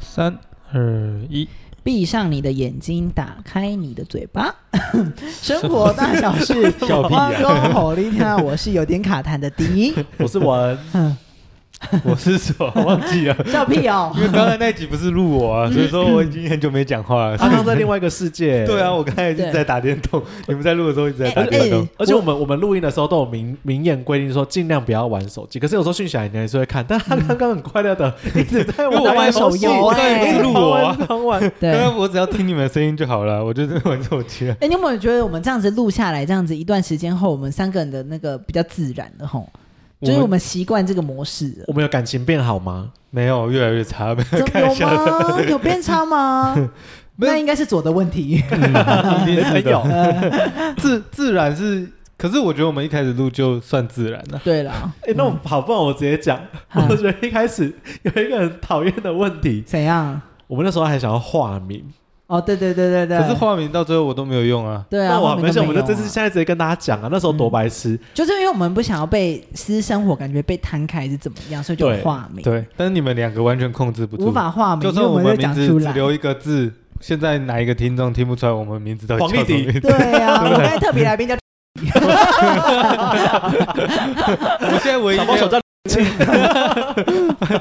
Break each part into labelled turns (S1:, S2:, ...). S1: 三二一，
S2: 闭上你的眼睛，打开你的嘴巴，生活大小事，哎
S1: 笑屁
S2: 汪
S1: 呀
S2: 公吼力跳，啊我是有点卡痰的迪，
S1: 我是 玩，我是什么忘记 了？
S2: 笑屁哦
S1: 因，为刚才那集不是录我啊，所以说我已经很久没讲话了。
S3: 啊他刚在另外一个世界。
S1: 啊 对啊，，我刚才一直在打电动，你们在录的时候一直在打
S2: 哎
S1: 电动
S2: 哎。
S3: 而且我们我们录音的时候都有明明言规定说尽量不要玩手机，可是有时候讯息来你还是会看，但他刚刚很快乐的一直在
S1: 因为我
S3: 玩
S1: 玩
S3: 手啊
S2: 手
S3: 机，
S2: 机
S1: 我刚才不是录我
S3: 玩
S1: 啊，
S3: 玩玩，
S1: 刚
S2: 对。
S1: 刚我只要听你们的声音就好了，我就在玩手 机了。
S2: 哎、你有没有觉得我们这样子录下来，这样子一段时间后，我们三个人的那个比较自然的吼，就是我们习惯这个模式 了
S3: 我们有感情变好吗？
S1: 没有，越来越差，没有
S2: 怎么
S1: 看一
S2: 有
S1: 下 的，
S2: 吗？有变差吗？那应该是左的问题。
S1: 一定是
S3: 没有
S1: 的。哎自自然是，可是我觉得我们一开始录就算自然了。
S2: 对嗯了，
S3: 哎，那我好，不然我直接讲，
S2: 好
S3: 我觉得一开始有一个很讨厌的问题，
S2: 怎样？
S3: 我们那时候还想要化名，
S2: 啊哦，对对对对对。
S1: 可是化名到最后我都没有用啊。
S2: 对啊，
S3: 那我
S2: 后面
S3: 没
S2: 都
S3: 想，我
S2: 没
S3: 们
S2: 有
S3: 就这次
S2: 啊
S3: 现在直接跟大家讲啊，那时候多白痴，
S2: 就是因为我们不想要被私生活感觉被摊开还是怎么样，所以就
S3: 对
S2: 化名，
S1: 对，但是你们两个完全控制不住，
S2: 无法化名，
S1: 就
S2: 因为
S1: 算们
S2: 们会
S1: 名
S2: 讲
S1: 字
S2: 出
S1: 只
S2: 来。
S1: 留一个字，现在哪一个听众听不出来我们名字到底
S3: 黄
S1: 叫
S3: 义
S1: 什么
S3: 迪
S1: 名字？
S2: 对 啊，我刚才特别来宾叫
S1: 我现在唯一
S3: 小
S1: 没
S3: 猫
S1: 有
S3: 手叫，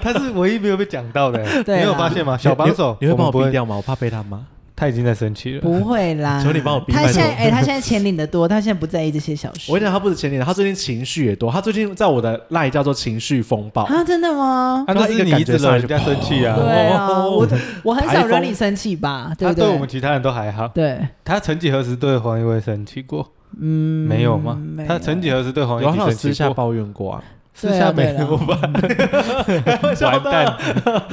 S1: 他是唯一没有被讲到的，
S2: 对啊
S1: 你有发现吗？小帮手，
S3: 你会帮
S1: 我们
S3: 我
S1: 不
S3: 逼
S1: 会，
S3: 掉吗？我怕被他骂。
S1: 他已经在生气了。啊
S2: 不会 啦，
S3: 求你帮我逼
S2: 他
S3: 拜
S2: 现在
S3: 托
S2: 哎、他现在钱领的多，他现在不在意这些小事。
S3: 我跟你讲，他不止前年，他最近情绪也多。他最近在我的赖叫做情绪风暴。
S2: 啊，真的吗？
S1: 啊，那是你一直惹人家生气啊。
S2: 对啊，
S3: 哦
S2: 我我很
S3: 台
S2: 少
S3: 风
S2: 惹你生气吧，对
S1: 他
S2: 不
S1: 对
S2: 对？
S1: 我们其他人都还好。
S2: 对，
S1: 他曾几何时对黄一威生气过？
S2: 嗯，
S1: 没有吗
S2: 没？有
S1: 他曾几何时对黄一
S3: 有啊他有
S1: 威
S3: 私
S1: 生气
S3: 下
S1: 过？
S3: 抱怨过 啊，
S1: 私下没
S2: 对啊
S1: 有吧？
S3: 笑
S1: 完
S3: 的
S1: 蛋，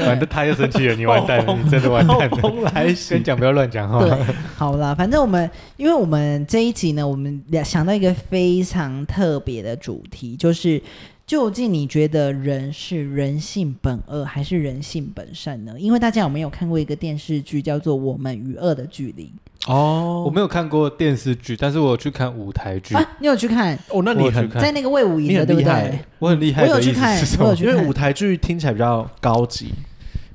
S1: 完蛋，他又生气了，你完蛋了，
S3: 暴风
S1: 你真的完
S3: 暴
S1: 蛋了。
S3: 风哦来袭
S1: 跟你。讲不要乱讲话。
S2: 对，好啦，反正我们因为我们这一集呢，我们俩想到一个非常特别的主题，就是究竟你觉得人是人性本恶还是人性本善呢？因为大家有没有看过一个电视剧叫做《我们与恶的距离
S3: 哦
S1: 我没有看过电视剧，但是我有去看舞台剧》。
S2: 啊？你有去看？
S3: 哦，那你
S1: 我有去
S3: 很
S1: 看
S2: 在那个魏武
S3: 你
S2: 营的，
S3: 很
S2: 对不
S3: 厉害
S2: 对？
S1: 我很厉害
S2: 我有
S1: 的
S2: 去
S1: 意思
S2: 看
S1: 是什
S2: 我有
S1: 么？
S2: 去
S3: 因
S2: 看
S3: 为舞台剧听起来比较高级，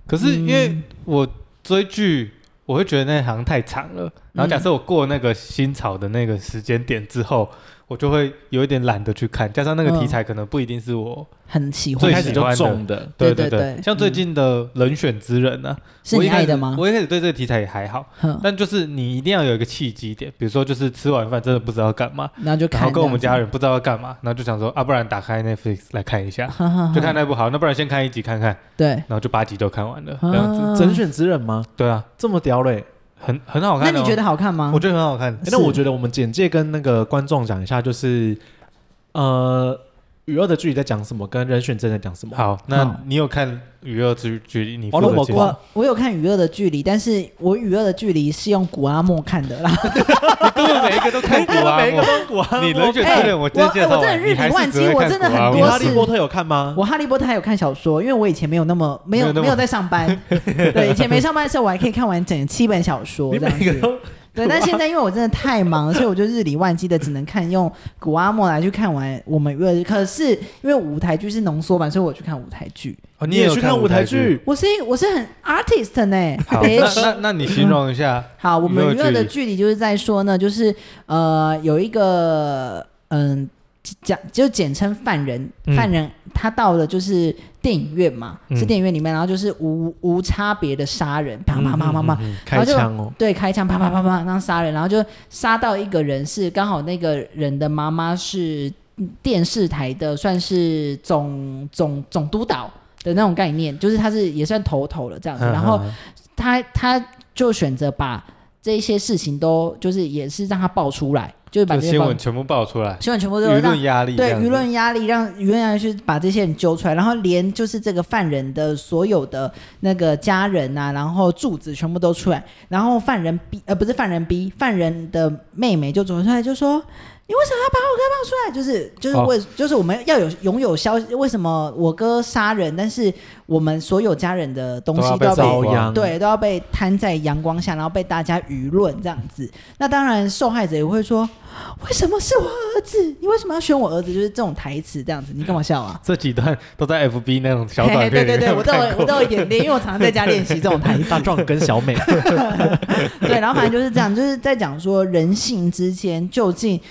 S1: 可是因
S3: 嗯
S1: 为我追剧，我会觉得那行太长了。然
S2: 嗯
S1: 后假设我过那个新潮的那个时间点之后，我就会有一点懒得去看，加上那个
S2: 嗯
S1: 题材可能不一定是我。
S2: 很喜
S1: 最
S3: 一
S2: 欢的，
S3: 开始
S1: 喜
S3: 就
S1: 欢的
S3: 重的。
S2: 对
S1: 对
S2: 对对
S1: 像最近的《人选之人》呢，
S2: 是
S1: 我
S2: 你
S1: 一开
S2: 爱
S1: 始
S2: 的吗？嗯
S1: 我一开始对这个题材也还好，
S2: 哼，
S1: 但就是你一定要有一个契机点，比如说就是吃完饭真的不知道干嘛，
S2: 然后就
S1: 然
S2: 看
S1: 后跟我们
S2: 这样
S1: 家人不知道要干嘛，然后就想说啊，不然打开 Netflix 来看一下
S2: 子，， 哈哈哈
S1: 就看那部好，那不然先看一集看看，
S2: 对
S1: 然后就八集都看完了，这样子。
S2: 啊
S3: 整选之人吗？
S1: 对啊，
S3: 这么屌嘞！
S1: 很很好看、
S2: 那
S1: 哦。
S2: 你觉得好看吗？
S1: 我觉得很好看。
S3: 诶那
S2: 是
S3: 我觉得我们简介跟那个观众讲一下，就是呃，《与恶的距离》在讲什么，跟《人选之人》在讲什么。
S1: 好，那
S2: 好
S1: 你有看《娱乐之距离》？你
S3: 哦那
S1: 负责
S3: 我
S1: 介绍
S2: 我我有看《娱乐的距离》，但是我《娱乐的距离》是用古阿莫看的啦。
S1: 根本每一个都看过啊，
S3: 每一个
S1: 我
S3: 都古啊，
S1: 你人选之人，我
S2: 我
S1: 真的介绍
S2: 哎我
S1: 完，
S2: 真的日
S1: 你
S2: 理
S1: 还是
S2: 万
S1: 只
S2: 机
S1: 会
S2: 我
S1: 看
S2: 真的
S1: 古阿
S2: 很
S1: 莫
S3: 你
S2: 多
S3: 哈利
S2: 是
S3: 波特有看吗？
S2: 我《哈利波特》还有看小说，因为我以前没有那么没
S1: 没有
S2: 有
S1: 那么
S2: 没有在上班，对，以前没上班的时候，我还可以看完整七本小说
S3: 你
S2: 这样
S3: 每个
S2: 子。
S3: 都
S2: 对，但现在因为我真的太忙了，所以我就日理万机的，只能看用古阿莫来去看完我们娱乐。可是因为舞台剧是浓缩版，所以我去看舞台剧。
S1: 哦
S3: 你
S1: 也
S3: 也
S1: 有
S3: 去看
S1: 舞
S3: 舞台
S1: 剧？
S3: 剧？
S2: 我是一我是很 artist 呢，
S1: 好，
S2: 别
S1: 那那那你形容一下，
S2: 好，我们
S1: 娱乐
S2: 娱乐的
S1: 距离
S2: 距离就是在说呢，就是呃，有一个嗯，讲就简称犯人，
S1: 嗯
S2: 犯人他到了就是电影院嘛，
S1: 嗯
S2: 是电影院里面，然后就是无无差别的杀人，啪啪啪啪啪，
S1: 嗯嗯嗯
S3: 开枪哦，
S2: 对，开枪啪啪啪啪，然后杀人，然后就杀到一个人是刚好那个人的妈妈是电视台的，算是总总总督导的那种概念，就是他是也算头头了这样子，然后
S1: 嗯嗯
S2: 他他就选择把这一些事情都就是也是让他爆出来，就是 把
S1: 就
S2: 这些
S1: 新
S2: 爆
S1: 闻全部爆出来，
S2: 新闻全部都
S1: 舆
S2: 让
S1: 论压力，
S2: 对舆，论压力，让舆论压力去把这些人揪出来，然后连就是这个犯人的所有的那个家人啊，然后住址全部都出来，然后犯人 B 呃不是犯人 B，犯人的妹妹就走出来就说。你为什么要把我哥放出 来？就是就是
S1: 哦
S2: 为、就是我们要有拥有消息，为什么我哥杀人，但是我们所有家人的东西
S1: 都要被
S2: 都
S1: 照
S2: 要被
S3: 遭殃，
S2: 对，都要被摊在阳光下，然后被大家舆论这样子。那当然，受害者也会说：“为什么是我儿子？你为什么要选我儿子？”就是这种台词这样子，你干嘛笑啊？
S1: 这几段都在 FB 那种 小
S2: 嘿嘿
S1: 短片
S2: 对对
S1: 里
S2: 对，
S1: 面
S2: 我都有
S1: 看
S2: 我
S1: 过。
S2: 都有演练，因为我常常在家练习这 种台词。
S3: 大壮跟小美，
S2: 对，然后反正就是这样，就是在讲说人性之间究竟。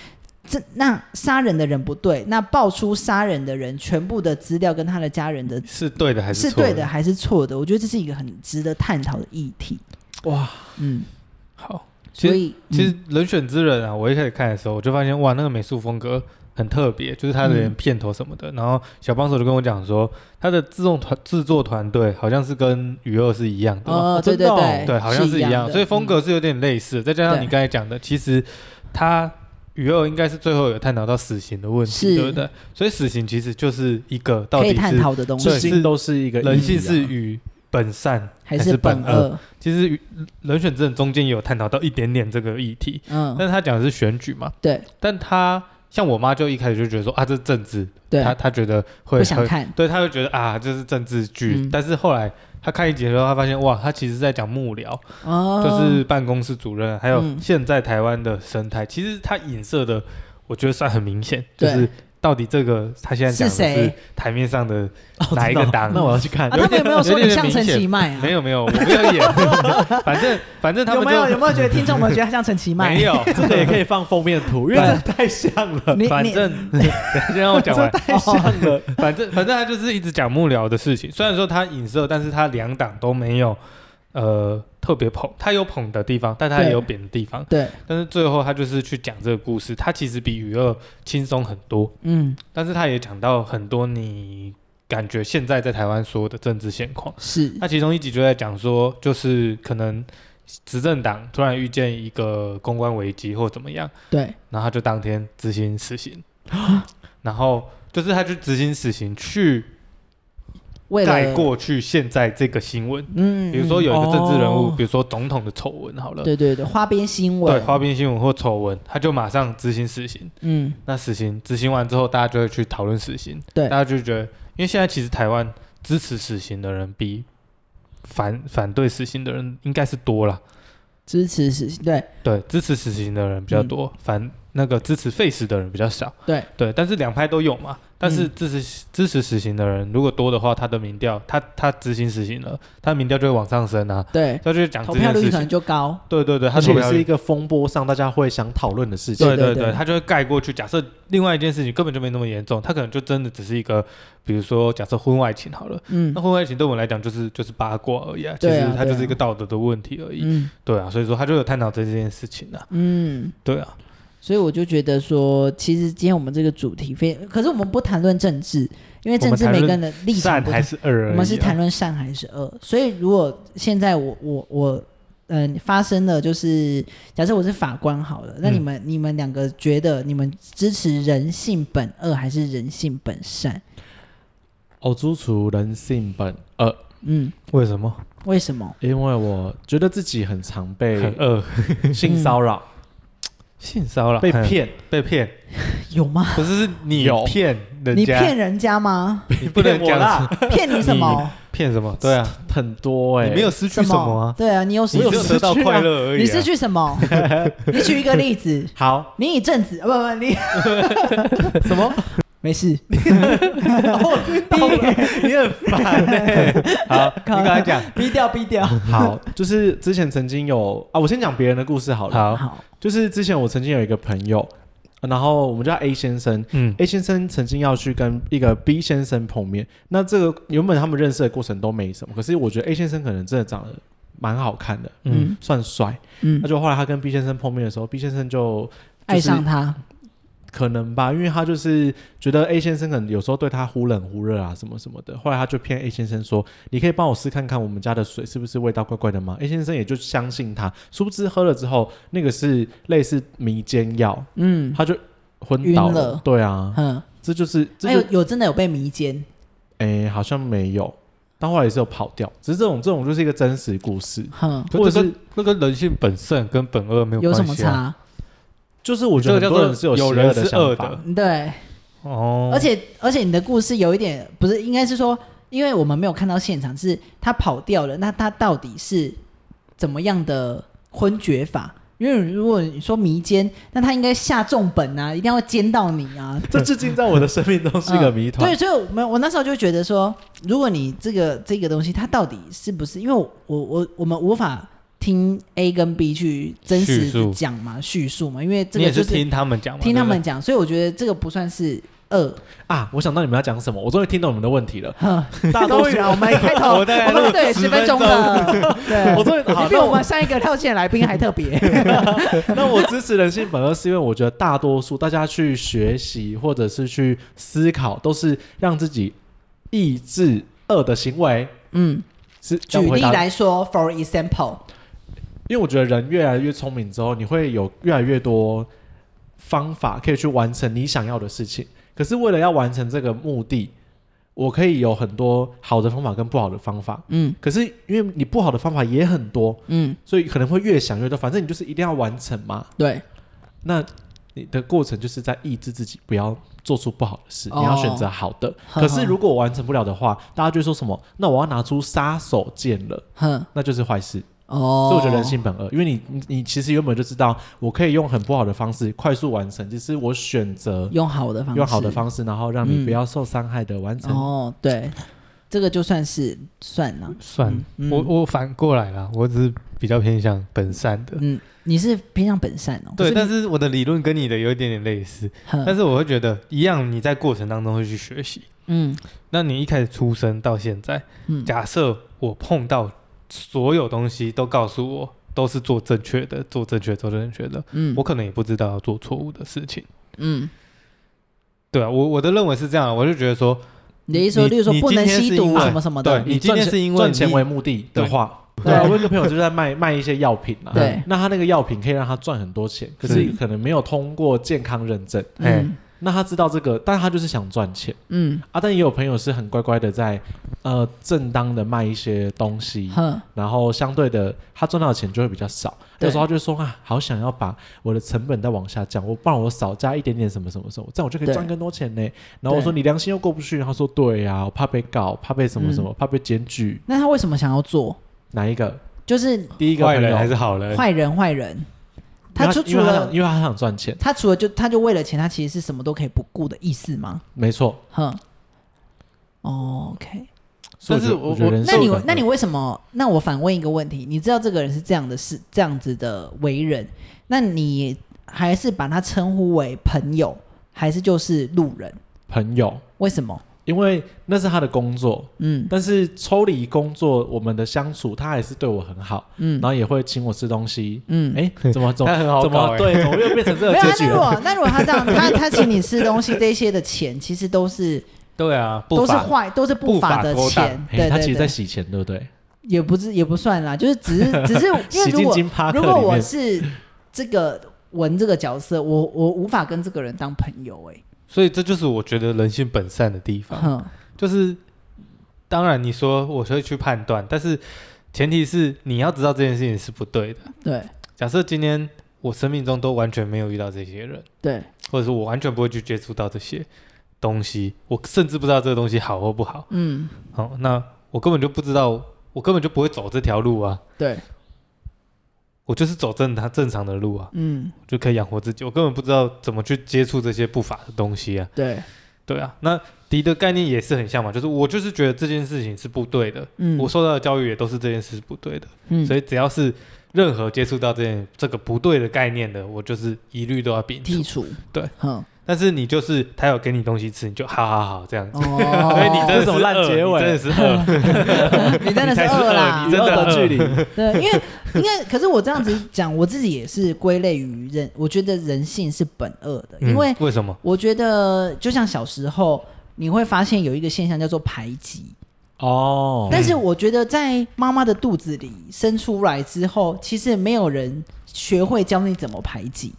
S2: 这那杀人的人不对，那爆出杀人的人全部的资料跟他的家人的
S1: 是对的还
S2: 是
S1: 错
S2: 对的？还是错的？我觉得这是一个很值得探讨的议题。
S3: 哇，
S2: 嗯，
S1: 好，其
S2: 所
S1: 实
S2: 以
S1: 其实《人选之人》啊，我一开始看的时候，我就发现哇，那个美术风格很特别，就是他的连片头什么的。然后小帮手就跟我讲说，他的制作团制作团队好像是跟《鱼二》是一样的嘛，
S2: 呃，
S3: 哦
S2: 对
S3: 真
S2: 对
S3: 的哦
S2: 对，
S1: 对，好像
S2: 是
S1: 一
S2: 样的，
S1: 所以风
S2: 嗯
S1: 格是有点类似。再加上你
S2: 对
S1: 刚才讲的，其实他。鱼二应该是最后有探讨到死刑的问题，
S2: 是
S1: 对不对？所以死刑其实就是一个到
S2: 可
S1: 底
S2: 以
S1: 是
S2: 探讨的东
S1: 对
S3: 至
S2: 西
S1: 是
S3: 今都是一个
S1: 人性
S3: 意义啊
S1: 是与本善
S2: 还
S1: 是
S2: 是
S1: 本
S2: 本
S1: 恶。
S2: 恶。
S1: 其实与人选之人中间也有探讨到一点点这个议题，
S2: 嗯，
S1: 但是他讲的是选举嘛，
S2: 对
S1: 但他像我妈就一开始就觉得说啊，这是政治，
S2: 对
S1: 她，她觉得会
S2: 不想
S1: 很
S2: 看。
S1: 对，她就觉得啊，这是政治剧。
S2: 嗯
S1: 但是后来她看一集的时候，她发现哇，她其实在讲幕僚，
S2: 哦，
S1: 就是办公室主任，还有
S2: 嗯
S1: 现在台湾的生态，其实它影射的，我觉得算很明显，就
S2: 对
S1: 是到底这个他现在讲
S2: 是
S1: 的
S2: 谁
S1: 是台面上的
S3: 哦
S1: 哪一
S3: 真的
S1: 个
S3: 哦
S1: 党
S3: 那我要去 看
S2: 啊，。他们有没有说
S1: 有点
S2: 你像
S1: 明
S2: 陈
S1: 显
S2: 其迈啊？
S1: 没有没有，我没有 演，反正反正他
S2: 有
S1: 们
S2: 没有
S1: 就
S2: 有没有觉得听众们觉得他像陈其迈？
S1: 没有，
S3: 这 个也可以放封面图，因为
S1: 对
S3: 这太像了，
S2: 你
S1: 反
S2: 你
S1: 正等一下让我讲完，
S3: 太像了。
S1: 反正反正他就是一直讲幕僚的事情，虽然说他影射，但是他两党都没有呃特别捧，他有捧的地方，但他也
S2: 对
S1: 有贬的地方，
S2: 对，
S1: 但是最后他就是去讲这个故事，他其实比雨二轻松很多，
S2: 嗯，
S1: 但是他也讲到很多你感觉现在在台湾所有的政治现况。
S2: 是
S1: 那其中一集就在讲说，就是可能执政党突然遇见一个公关危机或怎么样，
S2: 对，
S1: 然后他就当天执行死刑， 然后就是他去执行死刑去
S2: 为
S1: 盖
S2: 了
S1: 过去现在这个新闻，
S2: 嗯，嗯，
S1: 比如说有一个政治人物，
S3: 哦
S1: 比如说总统的丑闻好了，
S2: 对对对，花边新闻，
S1: 对花边新闻或丑闻，他就马上执行死刑。
S2: 嗯，
S1: 那死刑执行完之后，大家就会去讨论死刑，
S2: 对
S1: 大家就觉得，因为现在其实台湾支持死刑的人比反反对死刑的人应该是多了，
S2: 支持是，对
S1: 对，支持死刑的人比较多，反那个支持废死的人比较少。
S2: 嗯对嗯
S1: 对，但是两派都有嘛。但是支持、支持死刑的人如果多的话，他的民调，他他执行死刑了，他的民调就会往上升啊。
S2: 对，
S1: 他就是讲
S2: 投
S1: 这
S2: 票
S1: 件
S2: 率
S1: 事
S2: 可能
S1: 情，
S2: 就高，
S1: 对对对，他
S3: 而且
S1: 投
S3: 也
S1: 票
S3: 是一
S1: 率，
S3: 个风波上大家会想讨论的事情。
S1: 对对
S2: 对对
S1: 对，
S2: 对
S1: 他就会盖过去。假设另外一件事情根本就没那么严重，他可能就真的只是一个，比如说假设婚外情好了，
S2: 嗯
S1: 那婚外情对我们来讲就是就是八卦而已啊，其
S2: 对啊
S1: 实它
S2: 对
S1: 就
S2: 啊
S1: 是一个道德的问题而已。
S2: 嗯
S1: 对啊，所以说他就有探讨这件事情啊。
S2: 嗯，
S1: 对啊，
S2: 所以我就觉得说，其实今天我们这个主题非，可是我们不谈论政治，因为政治
S1: 我们谈论
S2: 每个人的立场
S1: 善
S2: 不
S1: 还
S2: 同，
S1: 是恶而已啊、
S2: 我们是谈论善还是恶，所以如果现在我我我。嗯，发生了就是，假设我是法官好了，那
S1: 嗯
S2: 你们、你们两个觉得你们支持人性本恶还是人性本善？
S3: 哦，主厨人性本恶，
S2: 嗯，
S1: 为什么
S2: 为什么？
S3: 因为我觉得自己很常
S1: 很
S3: 被
S1: 恶？
S3: 性骚扰、
S1: 嗯性骚扰
S3: 被
S1: 嗯
S3: 骗，
S1: 被骗，
S2: 有吗？
S1: 不是是你
S3: 有
S1: 骗人家，
S2: 你骗人 家吗？
S1: 你不能
S3: 骗我
S1: 讲
S3: 啦
S1: 是
S2: 骗你什么？
S1: 骗什么？对啊，
S3: 很多哎、
S1: 你没有失去什么啊，
S2: 对啊，你有什
S1: 你
S2: 么？
S1: 只有得到快乐而已啊。
S2: 你失去 什么？你举一个例子，
S3: 好，
S2: 你以正子，不啊不，你
S3: 什么？
S2: 没事。
S3: 我知道了，你很烦哎、
S1: 好，你刚才讲
S2: 逼掉逼掉。
S3: 好，就是之前曾经有啊，我先讲别人的故事好了。
S1: 好，
S2: 好，
S3: 就是之前我曾经有一个朋友，然后我们叫 A 先生，
S1: 嗯
S3: A 先生曾经要去跟一个 B 先生碰面，那这个原本他们认识的过程都没什么，可是我觉得 A 先生可能真的长得蛮好看的，
S1: 嗯
S2: 嗯
S3: 算帅。
S2: 嗯
S3: 那，就后来他跟 B 先生碰面的时候，B 先生就
S2: 爱上他，
S3: 可能吧，因为他就是觉得 A 先生可能有时候对他忽冷忽热啊，什么什么的。后来他就骗 A 先生说：“你可以帮我试看看我们家的水是不是味道怪怪的吗？”A 先生也就相信他，殊不知喝了之后，那个是类似迷奸药，
S2: 嗯
S3: 他就昏倒
S2: 晕
S3: 了。
S2: 了
S3: 对啊，
S2: 嗯，
S3: 这就是这
S2: 还
S3: 就
S2: 有有真的有被迷奸，
S3: 诶，好像没有，但后来也是有跑掉。只是这种这种就是一个真实故事，
S2: 哼，
S1: 可
S3: 或者
S1: 这
S3: 是
S1: 跟这跟人性本善跟本恶没有
S2: 有
S1: 关系、
S2: 什
S1: 啊，
S2: 么？差？
S3: 就是我觉得
S1: 这个叫做
S3: 很多人是有邪
S1: 有人
S3: 的
S1: 是恶
S3: 想
S1: 的
S3: 法，
S2: 对，
S1: 哦，
S2: 而且而且你的故事有一点不是，应该是说因为我们没有看到现场，是他跑掉了，那他到底是怎么样的昏厥法？因为如果你说迷奸，那他应该下重本啊，一定要奸到你啊，
S3: 这至今在我的生命中是一个谜
S2: 嗯
S3: 团
S2: 对，。所以我们我那时候就觉得说，如果你这个这个东西，它到底是不是？因为我我我我们无法听 A 跟 B 去真实
S1: 叙述
S2: 讲嘛，叙述嘛，因为这
S1: 你
S2: 个
S1: 也
S2: 就是是
S1: 听他们讲嘛，
S2: 听
S1: 对
S2: 他
S1: 不对
S2: 们讲，所以我觉得这个不算是 恶。
S3: 啊，我想到你们要讲什么，我终于听懂你们的问题了。
S2: 哼
S3: 大多数
S2: 终于啊我们开头
S1: 我大概
S2: 我们
S1: 录
S2: 对
S1: 10
S2: 十分钟
S1: 分钟
S2: 了， 对，
S3: 我终于
S2: 你
S3: 好，
S2: 比
S3: 那
S2: 我
S3: 我
S2: 们上一个跳线来宾还特 别。
S3: 那我支持人性本恶，是因为我觉得大多数大家去学习或者是去思考，都是让自己抑制恶的行为。
S2: 嗯，
S3: 是这
S2: 举
S3: 样回
S2: 例
S3: 答
S2: 来说，for example，
S3: 因为我觉得人越来越聪明之后，你会有越来越多方法可以去完成你想要的事情。可是为了要完成这个目的，我可以有很多好的方法跟不好的方法。
S2: 嗯
S3: 可是因为你不好的方法也很多，
S2: 嗯，
S3: 所以可能会越想越多。反正你就是一定要完成嘛。
S2: 对，
S3: 那你的过程就是在抑制自己不要做出不好的事，
S2: 哦
S3: 你要选择好的。
S2: 呵呵
S3: 可是如果我完成不了的话，大家就会说什么？那我要拿出杀手锏了，
S2: 哼，
S3: 那就是坏事。
S2: 哦，
S3: 所以我觉得人性本恶，因为你你你其实原本就知道，我可以用很不好的方式快速完成，只是我选择
S2: 用好的方式，
S3: 用好的方式，然后让
S2: 嗯
S3: 你不要受伤害的完成。
S2: 哦，对，这个就算是算了。
S1: 算，
S2: 嗯
S1: 我我反过来啦，我只是比较偏向本善的。
S2: 嗯，你是偏向本善哦。
S1: 对，
S2: 可
S1: 但
S2: 是
S1: 是我的理论跟你的有一点点类似，
S2: 你
S1: 但是我会觉得一样，你在过程当中会去学习。
S2: 嗯
S1: 那你一开始出生到现在，
S2: 嗯
S1: 假设我碰到所有东西都告诉我都是做正确的，做正确，做正确的，
S2: 嗯
S1: 我可能也不知道要做错误的事情。
S2: 嗯，
S1: 对啊，我我的认为是这样啊，我就觉得说，
S2: 你的意思说，
S1: 你
S2: 例如说
S1: 你
S2: 不能
S1: 今天是
S2: 吸毒啊
S1: 因为
S2: 什么什么的，
S1: 对你今天是因为
S3: 赚钱
S1: 你
S3: 为目的的话，
S2: 对
S3: 对啊，我有一个朋友就在卖卖一些药品啊，
S2: 对
S3: 那他那个药品可以让他赚很多钱，可是
S1: 是
S3: 可能没有通过健康认证，
S1: 哎
S2: 嗯
S3: 那他知道这个，但他就是想赚钱
S2: 嗯
S3: 啊。但也有朋友是很乖乖的在呃正当的卖一些东西，
S2: 嗯哼
S3: 然后相对的，他赚到的钱就会比较少。
S2: 对
S3: 有时候他就说啊，好想要把我的成本再往下降，我不然我少加一点点什么什么什么，这样我就可以
S2: 对
S3: 赚更多钱呢。然后我说你良心又过不去，他说对呀、我怕被告，怕被什么什么，怕被检举。
S2: 那他为什么想要做？
S3: 哪一个？
S2: 就是
S3: 第一个
S1: 坏
S3: 朋友
S1: 人还是好人，
S2: 坏人坏人，他就
S3: 因
S2: 除
S3: 为他
S2: 了
S3: 想因为他想赚钱，
S2: 他除了就他就为了钱，他其实是什么都可以不顾的意思吗？
S3: 没错。
S2: 哼。哦 OK，
S3: 所以
S1: 但是
S3: 我
S1: 我
S3: 觉得
S1: 我
S3: 人
S2: 那
S3: 性
S2: 你
S3: 本
S2: 那你
S3: 恶
S2: 为什么？那我反问一个问题：你知道这个人是这样的事，这样子的为人，那你还是把他称呼为朋友，还是就是路人？
S3: 朋友，
S2: 为什么？
S3: 因为那是他的工作，
S2: 嗯
S3: 但是抽离工作，我们的相处，他还是对我很好，
S2: 嗯
S3: 然后也会请我吃东西。
S2: 嗯，
S3: 哎，怎么怎么
S1: 他很好
S3: 怎
S1: 搞
S3: 么
S1: 欸
S3: 对？怎么又变成这个
S2: 没有啊
S3: 结。
S2: 那
S3: 局
S2: 如
S3: 了？
S2: 果那如果他这样，他他请你吃东西这些的钱，其实都 是
S1: 对啊，
S2: 都
S1: 不
S2: 是
S1: 法
S2: 坏，都是不法的
S1: 不法勾
S2: 钱
S1: 当。
S3: 嘿
S2: 对
S3: 他其
S2: 对
S3: 实在
S2: 对，
S3: 洗钱，对不对？
S2: 也不是也不算啦，就是只 是只是因为
S3: 洗
S2: 如
S3: 进
S2: 果
S3: 金趴克
S2: 如果
S3: 里
S2: 我
S3: 面，
S2: 是这个文这个角色，我我无法跟这个人当朋友哎、
S1: 所以这就是我觉得人性本善的地
S3: 哦
S1: 方。
S2: 哼
S1: 就是当然你说我会去判断，但是前提是你要知道这件事情是不对的。
S2: 对
S1: 假设今天我生命中都完全没有遇到这些人，
S2: 对，
S1: 或者是我完全不会去接触到这些东西，我甚至不知道这个东西好或不好。
S2: 嗯
S1: 好、那我根本就不知道，我根本就不会走这条路啊。
S2: 对，
S1: 我就是走正常正常的路啊，
S2: 嗯
S1: 就可以养活自己。我根本不知道怎么去接触这些不法的东西啊。
S2: 对，
S1: 对啊，那敌的概念也是很像嘛，就是我就是觉得这件事情是不对的，
S2: 嗯
S1: 我受到的教育也都是这件事是不对的，
S2: 嗯
S1: 所以只要是任何接触到这件这个不对的概念的，我就是一律都要摒
S2: 剔
S1: 除。
S2: 除
S1: 对，
S2: 哼
S1: 但是你就是他有给你东西吃，你就好好好这样子。
S2: 哦，
S1: 所以你真的
S3: 这
S1: 是
S3: 种烂
S1: 饿
S3: 结
S1: 你
S3: 尾
S1: 真的是饿，
S2: 你真的是
S1: 你才是
S2: 饿
S1: 饿
S2: 啦，
S1: 你真的
S3: 的距离，
S2: 对，因为应该，可是我这样子讲，我自己也是归类于人，我觉得人性是本恶的，因为
S1: 嗯为什么？
S2: 我觉得就像小时候，你会发现有一个现象叫做排挤，
S3: 哦，
S2: 但是我觉得在妈妈的肚子里生出来之后，其实没有人学会教你怎么排挤，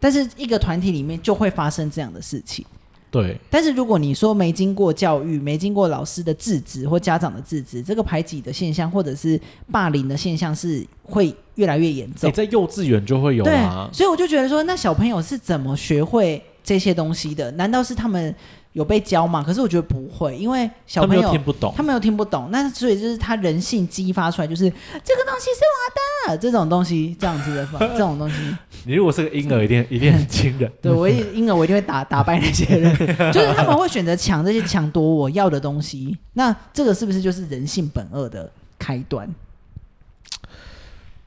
S2: 但是一个团体里面就会发生这样的事情。
S3: 对，
S2: 但是如果你说没经过教育、没经过老师的制止或家长的制止，这个排挤的现象或者是霸凌的现象是会越来越严
S3: 你
S2: 重。
S3: 在幼稚园就会有
S2: 对
S3: 啊，，
S2: 所以我就觉得说，那小朋友是怎么学会这些东西的？难道是他们有被教吗？可是我觉得不会，因为小
S3: 他
S2: 朋
S3: 们又
S2: 友
S3: 听不懂
S2: 他，们又听不懂，那所以就是他人性激发出来，就是这个东西是我的这种东西，这样子的方这种东西。
S3: 你如果是个婴儿，一定一定很惊人。
S2: 对我一因而我一定会打打败那些人，就是他们会选择抢这些抢夺我要的东西。那这个是不是就是人性本恶的开端？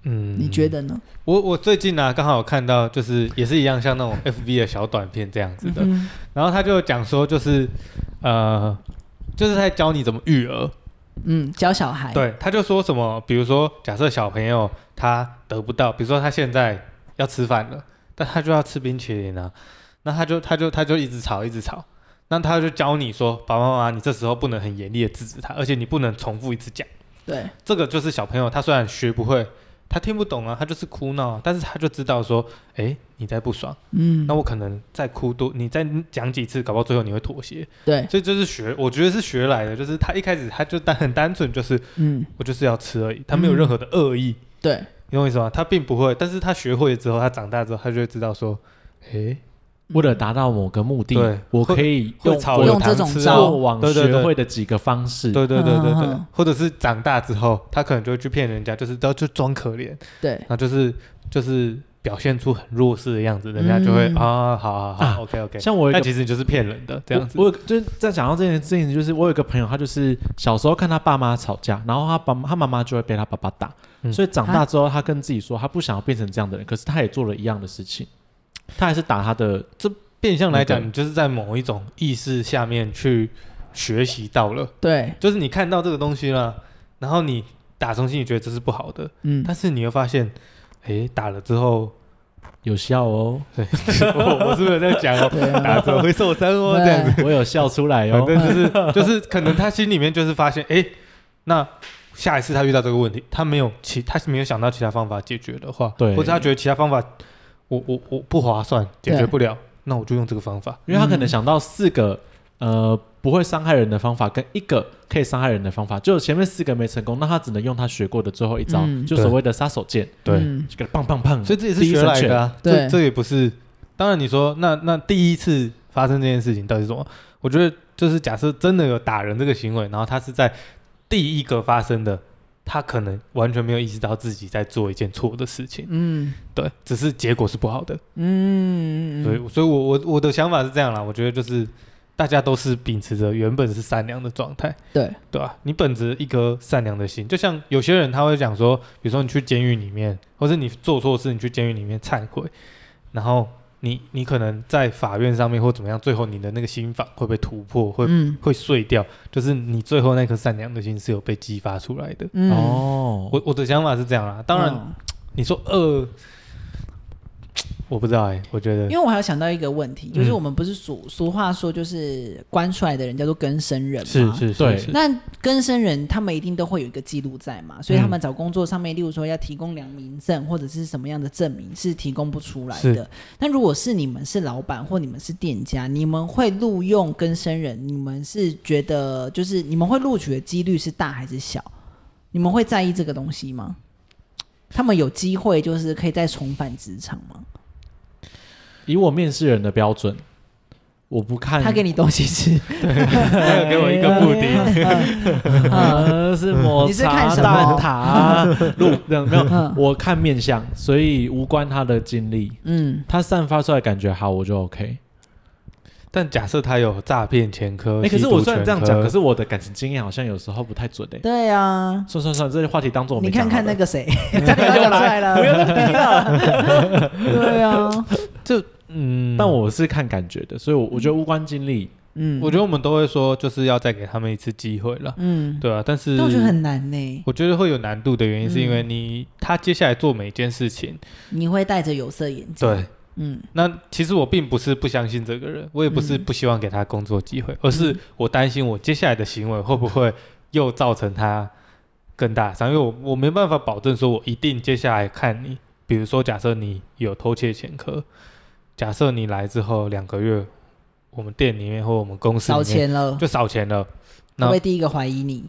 S1: 嗯
S2: 你觉？得呢？
S1: 我我最近呢、啊，刚好有看到就是也是一样，像那种 FV 的小短片这样子的，
S2: 嗯
S1: 然后他就讲说，就是呃，就是在教你怎么育儿。
S2: 嗯，教小孩，
S1: 对，他就说什么，比如说，假设小朋友他得不到，比如说他现在要吃饭了，但他就要吃冰淇淋啊，那他就他就他就一直吵，一直吵。那他就教你说，爸爸妈妈，你这时候不能很严厉的制止他，而且你不能重复一次讲。
S2: 对
S1: 这个就是小朋友，他虽然学不会，他听不懂啊，他就是哭闹啊，但是他就知道说，哎，你在不爽，
S2: 嗯
S1: 那，我可能再哭多，你再讲几次，搞不好最后你会妥协。
S2: 对，
S1: 所以这是学，我觉得是学来的，就是他一开始他就单很单纯，就是
S2: 嗯，
S1: 我就是要吃而已，他没有任何的恶意，
S3: 嗯
S2: 对，
S1: 你懂我意思吗？他并不会，但是他学会了之后，他长大之后，他就会知道说，哎，
S3: 为了达到某个目的
S1: 对，
S3: 我可以
S1: 会
S3: 用
S1: 炒
S3: 我
S1: 有
S2: 用这
S1: 糖
S2: 种
S1: 吃
S2: 招
S1: 啊
S3: 过，往
S1: 对对对
S3: 学会的几个方式，
S1: 对对对对
S2: 嗯嗯
S1: 对
S2: 嗯，
S1: 或者是长大之后，他可能就会去骗人家，就是都就装可怜，
S2: 对，
S1: 那就是就是表现出很弱势的样子，人家就会
S2: 嗯
S1: 啊，好好
S3: 啊
S1: 好，OK OK。
S3: 像我有一
S1: 但
S3: 个
S1: 其实你就是骗人的这样子
S3: 我，我有个就是在讲到这件事情，就是我有一个朋友，他就是小时候看他爸妈吵架，然后他爸他妈妈就会被他爸爸打，
S1: 嗯
S3: 所以长大之后，他跟自己说，他不想要变成这样的人，可是他也做了一样的事情，他还是打他的，
S1: 变相来
S3: 那个
S1: 讲，你就是在某一种意识下面去学习到了，
S2: 对，
S1: 就是你看到这个东西了，然后你打从心里觉得这是不好的，
S2: 嗯，
S1: 但是你会发现，诶，打了之后，
S3: 有效哦，
S1: 我我是不是在讲哦，
S2: 对啊
S1: 打之后会受伤哦，
S2: 对哎
S1: 这样子，
S3: 我有笑出来
S1: 反
S3: 哦，
S1: 正就是就是可能他心里面就是发现，诶，那下一次他遇到这个问题，他没有其他是没有想到其他方法解决的话，
S3: 对
S1: 或者他觉得其他方法我我我不划算，解决
S2: 对
S1: 不了，那我就用这个方法，
S3: 因为他可
S1: 嗯
S3: 能想到四个呃不会伤害人的方法跟一个可以伤害人的方法，就前面四个没成功，那他只能用他学过的最后一招，
S2: 嗯
S3: 就所谓的杀手锏，
S2: 嗯
S3: 就给他棒棒棒，
S1: 所以这也是
S3: 第一
S1: 学
S3: 神
S1: 来
S3: 拳
S1: 的、啊，
S2: 对
S1: 这这也不是。当然，你说那那第一次发生这件事情到底是什么？我觉得就是假设真的有打人这个行为，然后他是在第一个发生的，他可能完全没有意识到自己在做一件错的事情，
S2: 嗯
S1: 对，只是结果是不好的。
S2: 嗯，
S1: 所以，所以我我我的想法是这样啦，我觉得就是大家都是秉持着原本是善良的状态，
S2: 对，
S1: 对吧、啊你本着一颗善良的心，就像有些人他会讲说，比如说你去监狱里面，或是你做错事，你去监狱里面忏悔，然后你你可能在法院上面或怎么样，最后你的那个心法会被突破，会、
S2: 嗯
S1: 会碎掉，就是你最后那颗善良的心是有被激发出来的。
S2: 嗯，
S3: 哦，
S1: 我我的想法是这样啦，当然、
S2: 嗯
S1: 你说恶，我不知道哎、我觉得
S2: 因为我还有想到一个问题，就是
S1: 嗯
S2: 我们不是俗俗话说，就是关出来的人叫做根生人嘛，
S1: 是是
S3: 对
S1: 是 是，
S2: 那更生人他们一定都会有一个记录在嘛，所以
S1: 嗯
S2: 他们找工作上面，例如说要提供良民证或者是什么样的证明是提供不出来的
S1: 是。
S2: 那如果是你们是老板或你们是店家，你们会录用更生人，你们是觉得就是你们会录取的几率是大还是小？你们会在意这个东西吗？他们有机会就是可以再重返职场吗？
S3: 以我面试人的标准，我不看
S2: 他给你东西吃，
S1: 他 有给我一个布 丁，
S2: 嗯
S3: 呃是抹
S2: 你是看
S3: 茶
S2: 什么
S3: 蛋 挞路人没有
S2: 嗯，
S3: 我看面相，所以无关他的经历，
S2: 嗯，
S3: 他散发出来感觉好，我就 OK。
S1: 但假设他有诈骗前科，
S3: 哎，可
S1: 吸
S3: 是
S1: 毒
S3: 我虽然这样
S1: 前
S3: 讲，
S1: 科
S3: 可是我的感情经验好像有时候不太准哎。
S2: 对啊，
S3: 算算算，这个话题当做我
S2: 你
S3: 没
S2: 看
S3: 讲
S2: 看那
S3: 好了
S2: 个谁，差点要讲出来了，不要那么低了。 对啊，
S1: 嗯，
S3: 但我是看感觉的，所以我我觉得无关经历，
S2: 嗯，
S1: 我觉得我们都会说，就是要再给他们一次机会了，
S2: 嗯，
S1: 对啊，但是
S2: 但我觉得很难呢。
S1: 我觉得会有难度的原因，是因为
S2: 嗯
S1: 你、他接下来做每一件事情，
S2: 你会戴着有色眼镜，，
S1: 对，
S2: 嗯
S1: 那其实我并不是不相信这个人，我也不是
S2: 嗯
S1: 不希望给他工作机会，而是
S2: 嗯
S1: 我担心我接下来的行为会不会又造成他更大的伤，因为我我没办法保证说我一定接下来看你，比如说假设你有偷窃前科，假设你来之后两个月，我们店里面或我们公司里
S2: 少
S1: 面
S2: 钱了，
S1: 就少钱了，
S2: 会
S1: 那
S2: 不会第一个怀疑你？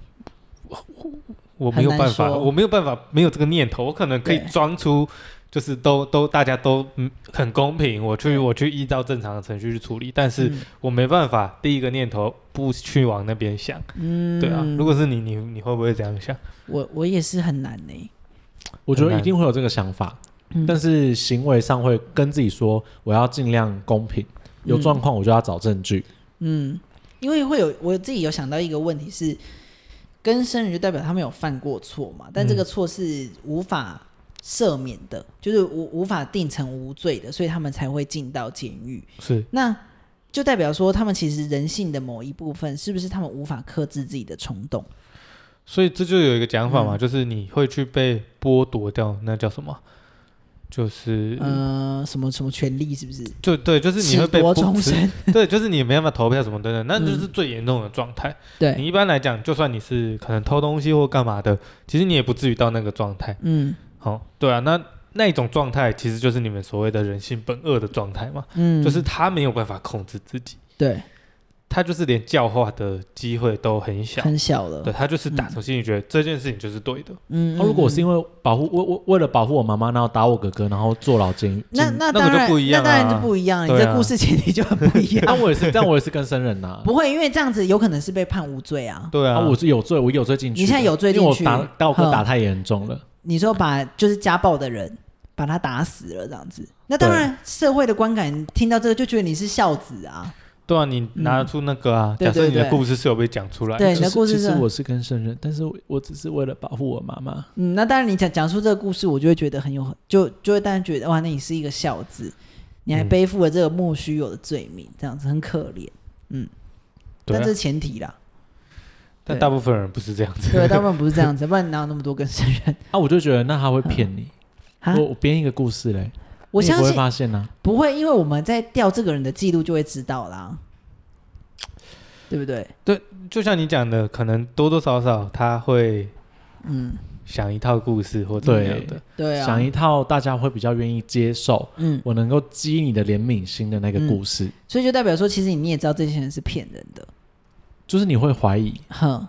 S1: 我没有办
S2: 很难
S1: 法，
S2: 说
S1: 我没有办法，没有这个念头，我可能可以
S2: 对
S1: 装出就是都都大家都嗯很公平，我去我去依照正常的程序去处理，但是
S2: 嗯
S1: 我没办法，第一个念头不去往那边想，
S2: 嗯，
S1: 对啊，如果是你，你你会不会这样想？
S2: 我我也是很难呢、
S3: 我觉
S1: 很
S3: 得一
S1: 难
S3: 定会有这个想法，
S2: 嗯
S3: 但是行为上会跟自己说，我要尽量公平，有
S2: 嗯
S3: 状况我就要找证据。
S2: 嗯，因为会有我自己有想到一个问题是，跟生人就代表他们有犯过错嘛，但这个错是无法赦免的，就是无无法定成无罪的，所以他们才会进到监狱。
S1: 是
S2: 那就代表说，他们其实人性的某一部分，是不是他们无法克制自己的冲动？
S1: 所以这就有一个讲
S2: 嗯
S1: 法嘛，就是你会去被剥夺掉，那叫什么？就是、
S2: 呃，什么什么权利，是不是？
S1: 就对，嗯就是你会被
S2: 褫夺
S1: 剥
S2: 终
S1: 持
S2: 身，
S1: 对，就是你没办法投票什么等等，那
S2: 嗯
S1: 就是最严重的状态。
S2: 对，
S1: 你一般来讲，就算你是可能偷东西或干嘛的，其实你也不至于到那个状态。
S2: 嗯
S1: 好、对啊，那那一种状态其实就是你们所谓的人性本恶的状态嘛，
S2: 嗯，
S1: 就是他没有办法控制自己，
S2: 对，
S1: 他就是连教化的机会都很小。
S2: 很小了，
S1: 对他就是打
S2: 嗯
S1: 从心里觉得这件事情就是对的，
S2: 嗯，嗯，
S3: 哦，如果我
S2: 嗯
S3: 是因为保护为为为了保护我妈妈，然后打我哥哥，然后坐牢监 狱，
S2: 那
S3: 进
S2: 那
S1: 那个
S2: 当
S1: 就
S2: 然
S1: 不一样
S2: 那当然
S1: 啊
S2: 就不一样，你
S1: 对
S2: 这
S1: 啊
S2: 故事前提就很不一样。
S3: 但我也是，但我也是跟生人呐、啊
S2: 不会，因为这样子有可能是被判无罪啊。
S1: 对啊，
S3: 啊，我是有罪，我有罪进去的。
S2: 你现在有罪进
S3: 因为
S2: 去
S3: 我打打我哥
S2: 哼
S3: 打太严重了。
S2: 你说把就是家暴的人把他打死了这样子，那当然社会的观感听到这个就觉得你是孝子啊，
S1: 对啊，你拿出那个啊，
S2: 嗯对
S1: 假设你
S2: 对
S1: 的
S2: 对
S1: 故事是有被讲出来的，
S2: 对你的
S3: 其实
S2: 故事
S3: 其实
S2: 是
S3: 我是跟生人，但是我我只是为了保护我妈妈。
S2: 嗯，那当然你讲讲述这个故事，我就会觉得很有，就就会当然觉得哇，那你是一个孝子，你还
S1: 嗯
S2: 背负了这个莫须有的罪名，这样子很可怜。
S1: 对
S2: 但
S1: 啊
S2: 这是前提啦，
S1: 但
S2: 对
S1: 大部分人不是这样子，
S2: 对，大部分不是这样子，不然哪有那么多跟生 人
S3: 啊，我就觉得那他会骗你。
S2: 啊？
S3: 我我编一个故事嘞，
S2: 我
S3: 你也
S2: 相
S3: 不会
S2: 信
S3: 发现呐、
S2: 不会，因为我们在调这个人的记录就会知道啦，对不对？
S1: 就像你讲的，可能多多少少他会
S2: 嗯，
S1: 想一套故事或怎么样的，
S2: 对啊，
S3: 想一套大家会比较愿意接受，
S2: 嗯，
S3: 我能够激你的怜悯心的那个故事，
S2: 所以就代表说，其实你也知道这些人是骗人的，
S3: 就是你会怀疑。
S2: 哼，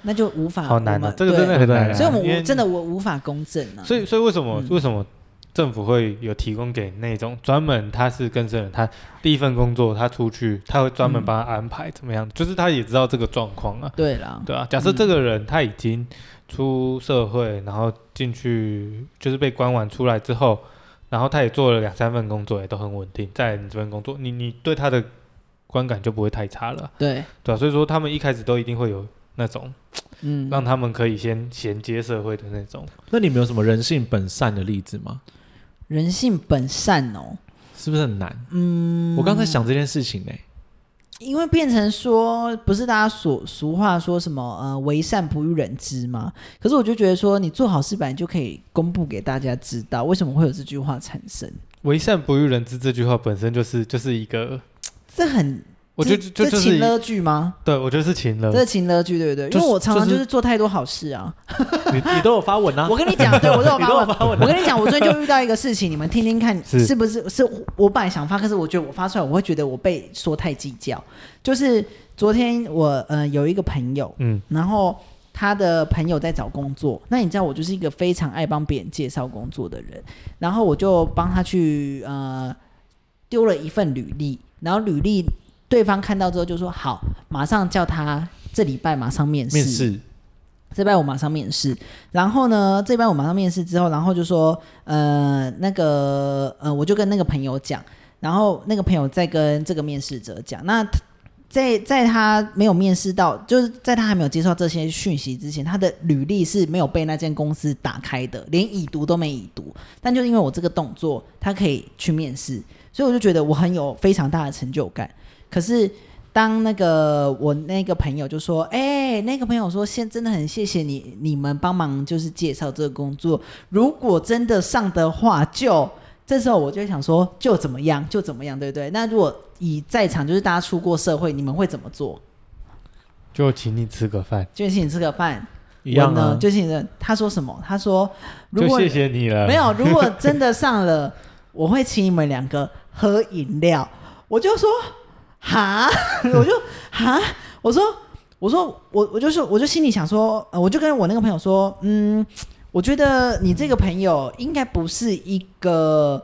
S2: 那就无法
S1: 好难啊
S2: 我们，
S1: 这个真的
S2: 对
S1: 很难啊。
S2: 所以我们
S1: 因为
S2: 无真的我无法公正啊，
S1: 所以所以为什么、
S2: 嗯
S1: 为什么政府会有提供给那种专门他是跟生人，他第一份工作他出去，他会专门帮他安排怎么样，就是他也知道这个状况啊，
S2: 对啦，
S1: 对啊。假设这个人他已经出社会，然后进去就是被关完出来之后，然后他也做了两三份工作，也都很稳定，在你这边工作，你你对他的观感就不会太差了啊，
S2: 对，
S1: 对啊。所以说他们一开始都一定会有那种
S2: 嗯，
S1: 让他们可以先衔接社会的那种，
S3: 那你们有什么人性本善的例子吗？
S2: 人性本善哦，
S3: 是不是很难？嗯，我刚才想这件事情呢、
S2: 因为变成说，不是大家所俗话说什么呃，为善不欲人知吗？可是我就觉得说，你做好事本来就可以公布给大家知道，为什么会有这句话产生？
S1: 为善不欲人知这句话本身就是就是一个，
S2: 这很，
S1: 我觉得就
S2: 这
S1: 就
S2: 这
S1: 是呃
S2: 情
S1: 一
S2: 勒剧吗？
S1: 对我觉得是情了
S2: 这。是情勒剧对不对？
S3: 就
S2: 因
S3: 是
S2: 为我常常
S3: 就
S2: 就是是做太多好事啊。
S3: 你你都有发文啊
S2: 我？跟你讲，对我都有
S3: 你
S2: 发
S3: 都有
S2: 文。
S3: 发文啊
S2: 我跟你讲，我最近就遇到一个事情，你们听听看，
S1: 是
S2: 是不是？是我本来想发，可是我觉得我发出来，我会觉得我被说太计较。就是昨天我呃有一个朋友，
S1: 嗯，
S2: 然后他的朋友在找工作，那你知道我就是一个非常爱帮别人介绍工作的人，然后我就帮他去呃丢了一份履历，然后履历对方看到之后就说好，马上叫他这礼拜马上面试，
S3: 面试
S2: 这班我马上面试，然后呢，这班我马上面试之后，然后就说，呃，那个，呃，我就跟那个朋友讲，然后那个朋友再跟这个面试者讲，那他在在他没有面试到，就是在他还没有接受这些讯息之前，他的履历是没有被那间公司打开的，连已读都没已读，但就是因为我这个动作，他可以去面试，所以我就觉得我很有非常大的成就感，可是。当那个我那个朋友就说：“哎、那个朋友说，先真的很谢谢你，你们帮忙就是介绍这个工作。如果真的上的话就，这时候我就会想说，就怎么样，就怎么样，对不对？那如果以在场就是大家出过社会，你们会怎么做？
S1: 就请你吃个饭，
S2: 就请你吃个饭，
S3: 一样
S2: 我呢
S3: 啊？
S2: 就请你。他说什么？他说，如
S1: 就
S2: 果
S1: 谢谢你了。
S2: 没，有，如果真的上了，我会请你们两个喝饮料。 我就说哈， 我就哈，我说我说我我就说我就心里想说，呃我就跟我那个朋友说，嗯，我觉得你这个朋友应该不是一个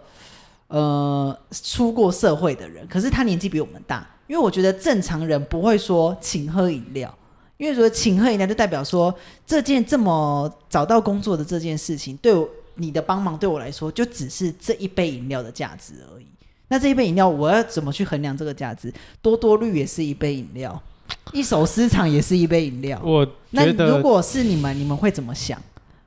S2: 呃出过社会的人，可是他年纪比我们大，因为我觉得正常人不会说请喝饮料，因为说请喝饮料就代表说这件这么找到工作的这件事情对我你的帮忙对我来说就只是这一杯饮料的价值而已。那这一杯饮料我要怎么去衡量这个价值？多多绿也是一杯饮料，一手私藏也是一杯饮料。
S1: 我
S2: 那
S1: 觉
S2: 如
S1: 得
S2: 果是你们，你们会怎么想？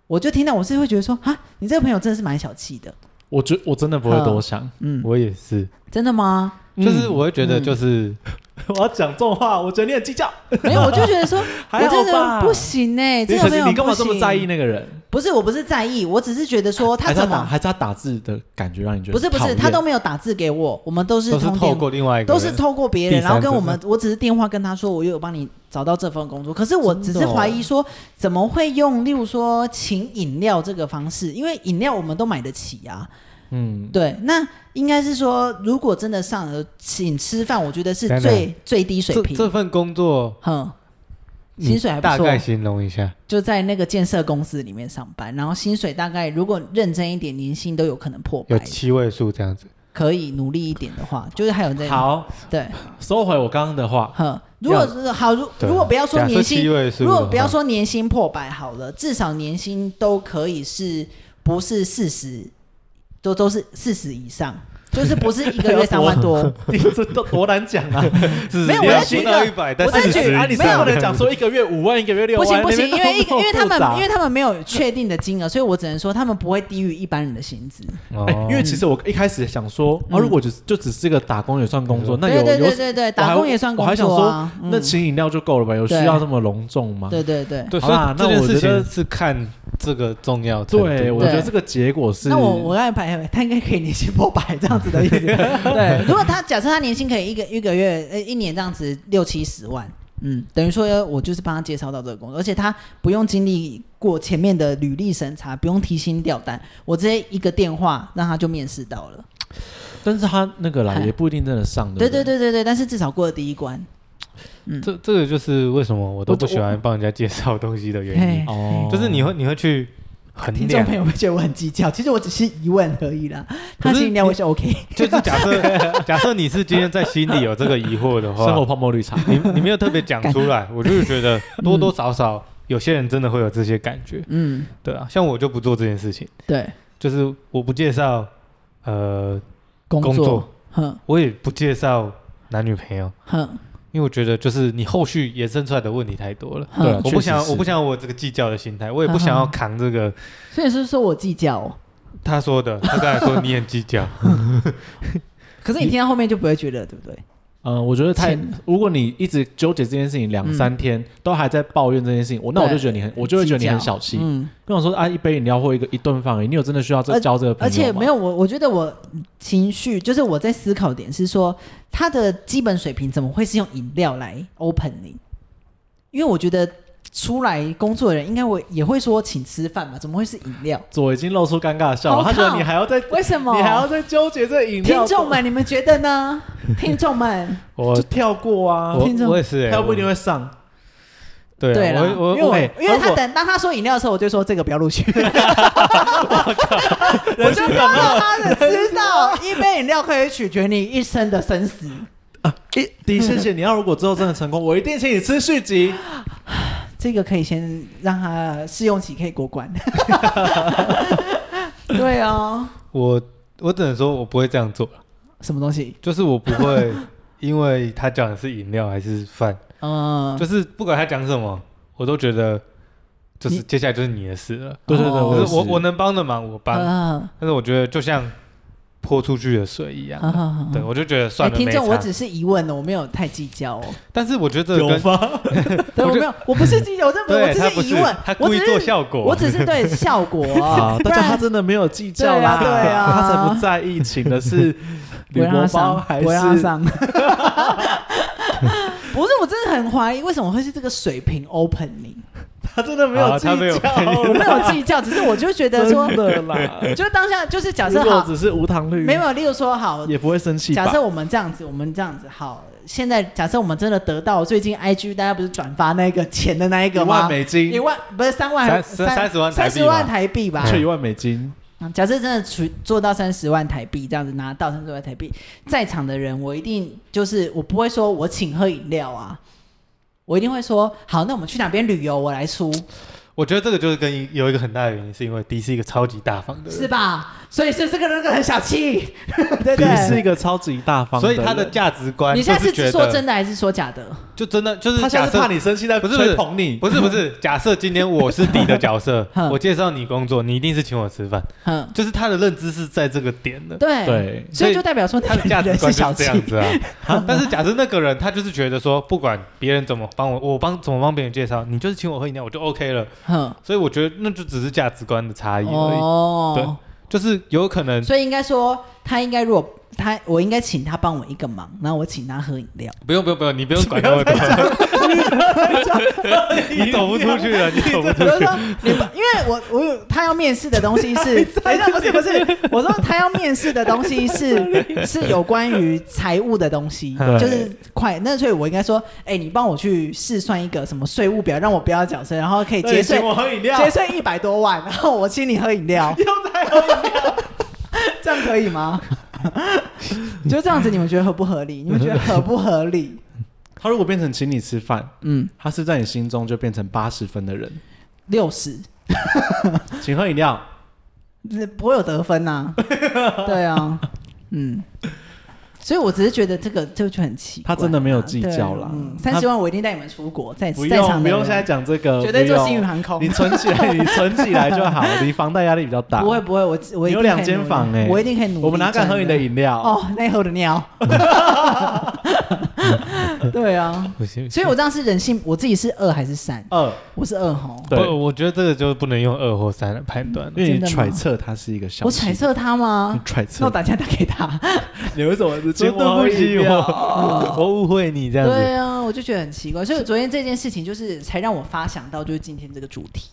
S2: 我就听到我是会觉得说啊，你这个朋友真的是蛮小气的，
S3: 我觉我真的不会多想，
S2: 嗯，
S1: 我也是，
S2: 真的吗？
S3: 嗯
S1: 就是我会觉
S2: 嗯
S1: 得就是
S3: 我要讲重话，我觉得你很计较，
S2: 没有，我就觉得说，我
S3: 还好
S2: 真的
S3: 吧
S2: 不行哎、
S3: 你
S2: 这
S3: 可
S2: 个朋
S3: 是
S2: 友
S3: 你干嘛
S2: 不
S3: 这
S2: 行
S3: 么在意？那个人？
S2: 不是，我不是在意，我只是觉得说他
S3: 还是
S2: 怎
S3: 他打
S2: 么
S3: 还是他打字的感觉让你觉得
S2: 不是不
S3: 讨
S2: 是，
S3: 厌
S2: 他都没有打字给我，我们都是
S1: 都是
S2: 通
S1: 透
S2: 电
S1: 过另外一个
S2: 都是
S1: 人
S2: 透过别人，
S1: 第
S2: 然后
S1: 三
S2: 跟
S1: 者
S2: 我们，我只是电话跟他说，我又有帮你找到这份工作，可是我只
S3: 真的
S2: 是
S3: 哦
S2: 怀疑说，怎么会用例如说请饮料这个方式，因为饮料我们都买得起啊，
S3: 嗯，
S2: 对，那应该是说，如果真的上了请吃饭，我觉得是
S1: 等等
S2: 最最低水
S1: 这
S2: 平。
S1: 这份工作
S2: 哼，
S1: 你
S2: 薪水还不
S1: 大
S2: 错
S1: 概形容一下，
S2: 就在那个建设公司里面上班，然后薪水大概如果认真一点，年薪都有可能破
S1: 有
S2: 百。
S1: 七位数这样子。
S2: 可以努力一点的话，就是还有这
S3: 好，
S2: 对，
S3: 收回我刚刚的 话，
S2: 哼，如果是好，如
S1: 对
S2: 如果不要说
S1: 假设
S2: 年薪
S1: 七位，数
S2: 如
S1: 的
S2: 果
S1: 话
S2: 不要说年薪破百好了，至少年薪都可以是不是四十，都都是四十以上，就是不是一个 月三万多。
S3: 你这都多难讲 啊！
S2: 没有我在举
S1: 不
S2: 一
S1: 到
S2: 个
S1: 一百，
S2: 我在
S1: 但是
S2: 举
S1: 十
S2: 啊
S3: 啊，
S1: 以
S3: 你
S2: 没有
S3: 上
S1: 上
S3: 不
S1: 的
S3: 能讲说一个月五万，一个月六
S2: 不行
S3: 万，
S2: 不行，因为一个因为他们因为
S3: 为
S2: 他们没有确定的金额，所以我只能说他们不会低于一般人的薪资。
S1: 哦
S3: 哎，因为其实我一开始想说，
S2: 嗯
S3: 啊，如果只就只是个打工也算工作，那有
S2: 对对
S3: 有
S2: 对对对，打
S3: 还
S2: 工也算工
S3: 我还想
S2: 作
S3: 说
S2: 啊。，
S3: 那请饮料就够了吧？有需
S2: 对
S3: 要这么隆重吗？
S2: 对对对。
S1: 对，
S3: 好
S1: 所以
S3: 啦那
S1: 这件
S3: 我
S1: 事
S3: 觉得
S1: 情是看这个重要程度。
S3: 对，我觉得这个结果是，
S2: 那我我让你排，他应该可以年薪破百这样子的 意思。对，如果他假设他年薪可以一个一个月呃一年这样子六七十万，嗯，等于说我就是帮他介绍到这个工作，而且他不用经历过前面的履历审查，不用提心吊胆，我直接一个电话让他就面试到了。
S3: 但是他那个啦，
S2: 嗨
S3: 也不一定真的上的。
S2: 对
S3: 不
S2: 哎对对对对，但是至少过了第一关。嗯，
S1: 这这个就是为什么我都
S3: 我
S1: 不喜欢帮人家介绍东西的原因，
S3: 哦，
S1: 就是你会你会去衡
S2: 听众
S1: 量
S2: 朋，友会觉得我很计较，其实我只是疑问而已啦。
S1: 可
S2: 他
S1: 是
S2: 心里面我是 OK，
S1: 就是假设假设你是今天在心里有这个疑惑的
S3: 生活
S1: 话，
S3: 泡沫绿
S2: 嗯
S3: 茶。
S1: 你你没有特别讲出来，我就是觉得多多少少有些人真的会有这些感觉，
S2: 嗯，
S1: 对啊，像我就不做这件事情，
S2: 对，
S1: 就是我不介绍，呃，
S2: 工
S1: 工作
S2: 哼
S1: 我也不介绍男女朋友。
S2: 哼
S1: 因为我觉得就是你后续延伸出来的问题太多了，
S3: 对啊
S2: 哼，
S1: 我
S3: 确
S1: 不
S3: 实
S1: 想
S3: 是啊
S1: 我不想我这个计较的心态，我也不想要扛这个。
S2: 所以是说我计较、哦，
S1: 他说的，他刚才说你很计较，
S2: 可是你听到后面就不会觉得，对不对？
S3: 嗯，我觉得太
S2: 请，
S3: 如果你一直纠结这件事情两三天，
S2: 嗯
S3: 都还在抱怨这件事情，我那我就觉得你很，我就会觉得你很小气。
S2: 嗯，
S3: 跟我说啊，一杯饮料或一个一顿饭而已，你有真的需要这
S2: 而
S3: 交这个朋
S2: 而
S3: 友
S2: 且
S3: 吗
S2: 没有我，我觉得我情绪就是我在思考点是说，他的基本水平怎么会是用饮料来 opening？因为我觉得出来工作的人应该我也会说请吃饭嘛，怎么会是饮料？
S3: 左已经露出尴尬的笑容，
S2: 好
S3: 他
S2: 看
S3: 觉得你还要再，
S2: 为什么？
S3: 你还要再纠结这饮料，
S2: 听众 们，你们觉得呢？听众们，
S1: 我
S3: 就跳过啊，
S1: 我
S2: 听众
S1: 我也是欸，
S3: 他又不一定
S1: 我
S3: 会上。
S1: 对
S2: 啦
S1: 啊，我
S2: 因为
S1: 我
S2: 我
S1: 我
S2: 因为
S3: 如
S2: 他
S3: 果
S2: 等当他说饮料的时候，我就说这个不要 录取，我
S3: 人
S2: 就让他的知道，一杯饮料可以取决你一生的生死。
S3: 啊一的谢 谢你要，如果之后真的成功，我一定请你吃续集。
S2: 这个可以先让他试用期可以 过关。对啊，
S1: 我我只能说我不会这样做，
S2: 什么东西？
S1: 就是我不 会，因为他讲的是饮料还是饭，
S2: 嗯，
S1: 就是不管他讲什么，我都觉得就是
S2: 你
S1: 接下来就是你的事了。
S3: 对对对，
S2: 哦
S1: 我
S3: 也
S1: 我
S3: 是
S1: 我能帮的忙我帮，
S2: 嗯
S1: 但是我觉得就像泼出去的水一样
S2: 好
S1: 啊，
S2: 好好
S1: 对我就觉得
S2: 嗯哎，
S1: 算了，
S2: 听
S1: 没
S2: 众，我
S1: 差。
S2: 只是疑问哦，我没有太计较 哦。
S1: 但是我觉得这个
S3: 有
S1: 跟
S3: 吗？
S2: 对，我没有，我不是计较，我真的不是，我
S1: 对他
S2: 只
S1: 不
S2: 是疑
S1: 是
S2: 问，
S1: 他
S2: 我
S1: 故意
S2: 只
S1: 做
S2: 是
S1: 效果，
S2: 我只是对 效果
S3: 啊
S2: 啊，，不
S3: 但是他
S2: 然
S3: 真的没有计较啦，
S2: 对啊对啊
S3: 他才不在意，请的是
S2: 我
S3: 铝
S2: 让
S3: 箔
S2: 他
S3: 包
S2: 上，
S3: 还
S2: 我让他
S3: 是
S2: 上。 不是，我真的很怀疑为什么会是这个水平 opening。
S3: 他真的没有
S1: 好
S3: 计
S1: 他没有
S3: 较
S1: 概
S2: 我哦
S3: 啦，
S2: 没有计较，只是我就觉得说
S3: 哦啊真，的啦。
S2: 就当下就是假 设
S3: 如果
S2: 好，
S3: 只是无糖绿，
S2: 没有，例如说好，
S3: 也不会生气吧？
S2: 假设我们这样子，我们这样子好，现在假设我们真的得到最近 IG 大家不是转发那个钱的那一
S3: 一
S2: 个
S3: 万
S2: 吗？
S3: 美金
S2: 啊
S3: 啊
S2: 一，万不是三万还
S1: 三三十万台
S2: 三
S1: 币
S2: 十万台币吧？
S3: 缺一万美金，
S2: 嗯假设真的除做到三十万台币这样子拿到三十万台币，在场的人我一定就是我不会说我请喝饮料啊，我一定会说好，那我们去哪边旅游我来出，
S1: 我觉得这个就是跟一有一个很大的原因，是因为 D 是一个超级大方的人，
S2: 是吧？所以是这个人很小气， 对不
S3: 你是一
S2: 对？
S3: 个超级大方
S1: 所
S3: 人，
S1: 以他的价值观，
S2: 你现在是
S1: 觉
S2: 只说
S1: 得
S2: 真的还是说假的？
S1: 就真的就是
S3: 他现
S1: 假
S3: 在是
S1: 设
S3: 怕你生气，在
S1: 不是
S3: 吹捧你，
S1: 不是不 是，假设今天我是 D 的角色
S2: 哼，
S1: 我介绍你工作，你一定是请我吃饭，
S2: 嗯，
S1: 就是他的认知是在这个点的，
S2: 对，
S3: 对，
S2: 所以就代表说
S1: 他的价值
S2: 人
S1: 观
S2: 是
S1: 就
S2: 小
S1: 是这
S2: 气，
S1: 样子啊。但是假设那个人他就是觉得说，不管别人怎么帮我，我帮怎么帮别人介绍，你就是请我喝饮料，我就 OK 了。
S2: 嗯，
S1: 所以我觉得那就只是价值观的差异而已，
S2: 哦，
S1: 就是有可能
S2: 所以应该说他应该如果他我应该请他帮我一个忙，然后我请他喝饮料。
S1: 不用不用不用，你不用管那么多， 你走不出去了，你走不
S2: 比
S1: 出
S2: 如
S1: 去。
S2: 说， 你不因为我我有他要面试的东西 是，哎，那不是不是，我说他要面试的东西 是是有关于财务的东西，
S3: 对
S2: 就是快，那所以我应该说，哎，你帮我去试算一个什么税务表，让我不要缴税，然后可以
S3: 那你
S2: 节
S3: 请
S2: 税，
S3: 我喝饮料，
S2: 节税一百多万，然后我请你喝饮料，
S3: 又在喝饮料，
S2: 这样可以吗？你就这样子，你们觉得合不合理？你们觉得合不合理？
S3: 他如果变成请你吃饭，
S2: 嗯，
S3: 他是在你心中就变成八十分的人，
S2: 六十，
S3: 请喝饮料，
S2: 不会有得分 呐、对啊，嗯，所以我只是觉得这个就就很奇怪啊、嗯
S3: 他真的没有计较啦
S2: 三十、30万我一定带你们出国，在
S3: 不
S2: 在场
S3: 用不
S2: 的
S3: 用
S2: 人
S3: 现在讲这个，
S2: 绝对
S3: 不用
S2: 做星宇航空
S3: 你。存起来，你存起来就好，你房贷压力比较大。
S2: 不会，不会，我我一定
S3: 你
S2: 可
S3: 有
S2: 以
S3: 两间
S2: 努力
S3: 房欸
S2: 我一定可以努力。
S3: 我们哪敢喝你的
S2: 真
S3: 饮料？
S2: 哦，那喝的 尿。对啊，
S1: 不行，
S2: 所以我这样是人性，我自己是二还是三？
S3: 二，
S2: 我是二吼。
S3: 对，
S1: 不我觉得这个就不能用二或三来判断了。
S3: 因为
S2: 真
S3: 你
S2: 的吗
S3: 揣测他是一个小气，
S2: 我揣测他吗
S3: 你？揣
S2: 那
S3: 测
S2: 我，打电话打给他。
S3: 你为什么是
S1: 真
S3: 请
S1: 的
S3: 我喝
S1: 不
S3: 饮
S1: 行，
S3: 料？
S1: 我我误会你这样子。
S2: 对啊，我就觉得很奇怪，所以昨天这件事情就是才让我发想到就是今天这个主题。